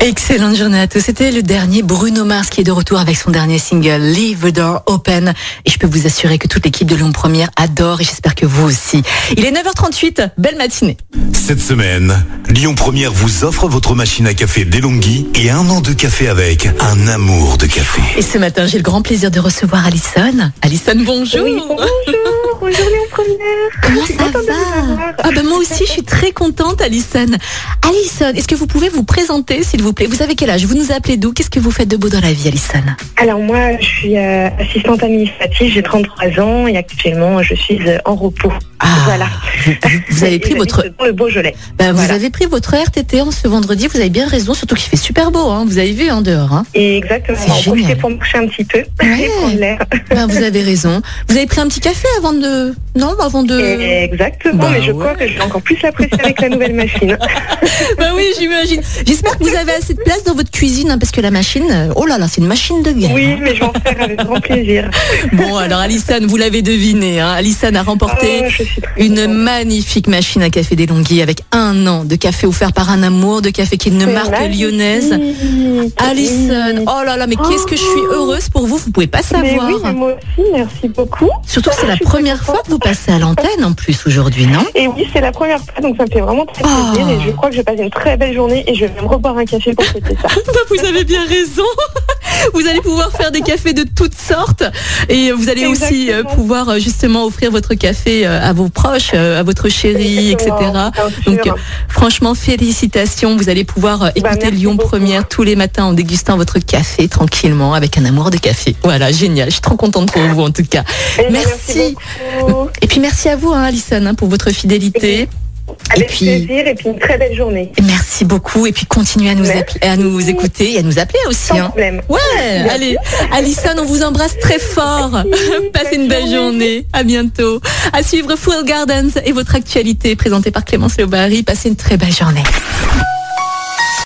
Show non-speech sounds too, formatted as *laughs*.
Excellente journée à tous. C'était le dernier Bruno Mars qui est de retour avec son dernier single Leave the Door Open. Et je peux vous assurer que toute l'équipe de Lyon Première adore et j'espère que vous aussi. Il est 9h38. Belle matinée. Cette semaine, Lyon Première vous offre votre machine à café DeLonghi et un an de café avec un amour de café. Et ce matin, j'ai le grand plaisir de recevoir Alison. Alison, bonjour. Oui, bonjour, bonjour Lyon Première. Comment Je suis ça contente de vous va avoir. Ah ben moi aussi, je suis très contente, Alison. Alison, est-ce que vous pouvez vous présenter, s'il vous plaît Vous avez quel âge Vous nous appelez d'où Qu'est-ce que vous faites de beau dans la vie, Alison Alors moi, je suis euh, assistante administrative, j'ai 33 ans et actuellement, je suis euh, en repos. Ah, Voilà. vous, vous- vous avez Et *laughs* pris j'habite votre dans le Beaujolais. Ben, Vous Voilà. avez pris votre RTT en ce vendredi, vous avez bien raison, surtout qu'il fait super beau, hein, vous avez vu en dehors. *laughs* hein. Et exactement, C'est en profiter génial. pour me coucher un petit peu et prendre l'air. Ben, vous avez raison. Vous avez pris un petit café avant de... Non, avant de... Et Exactement, Mmh. Bah mais je ouais. crois que je vais encore plus l'apprécier avec la nouvelle machine. *laughs* *laughs* ben oui, j'imagine. J'espère que vous avez assez de place dans votre cuisine, hein, parce que la machine, euh, oh là là, c'est une machine de guerre. hein. Oui, mais je vais en faire avec *laughs* grand plaisir. Bon, alors Alison, vous l'avez deviné, hein, Alison a remporté... Ah, je suis très Une contente. magnifique machine à café des Longuilles avec un an de café offert par un amour de café qui est une C'est marque magnifique. lyonnaise. Alison, Oui. Oh. oh là là, mais qu'est-ce que je suis heureuse pour vous, vous pouvez pas Mais savoir. oui, mais moi aussi, merci beaucoup. Surtout que c'est la Je suis très première fois contente. que vous passez à l'antenne en plus aujourd'hui, *laughs* non Et oui, c'est la première fois, donc ça me fait vraiment très Ah. plaisir. Et je crois que je passe une très belle journée et je vais me reboire un café pour fêter ça. Bah, Vous avez bien raison. *laughs* Vous allez pouvoir faire des cafés de toutes sortes et vous allez aussi euh, Exactement. pouvoir euh, justement offrir votre café euh, à vos proches, euh, à votre chérie, etc. Donc, Donc, euh, Franchement, félicitations. Vous allez pouvoir euh, Bah, écouter merci Lyon beaucoup. Première tous les matins en dégustant votre café tranquillement avec un amour de café. Voilà, génial. Je suis trop contente pour vous en tout cas. merci. beaucoup. Et puis merci à vous, hein, Alison, hein, pour votre fidélité. Avec puis- plaisir et puis une très belle journée. Et merci beaucoup. Et puis continuez à nous, Merci. appeler- à nous écouter et à nous appeler aussi. Sans hein. *laughs* problème. Ouais, allez, Alison, on vous embrasse très fort. Passez une belle journée. À bientôt. À suivre Full Gardens et votre actualité présentée par Clémence Leobary. Passez une très belle journée.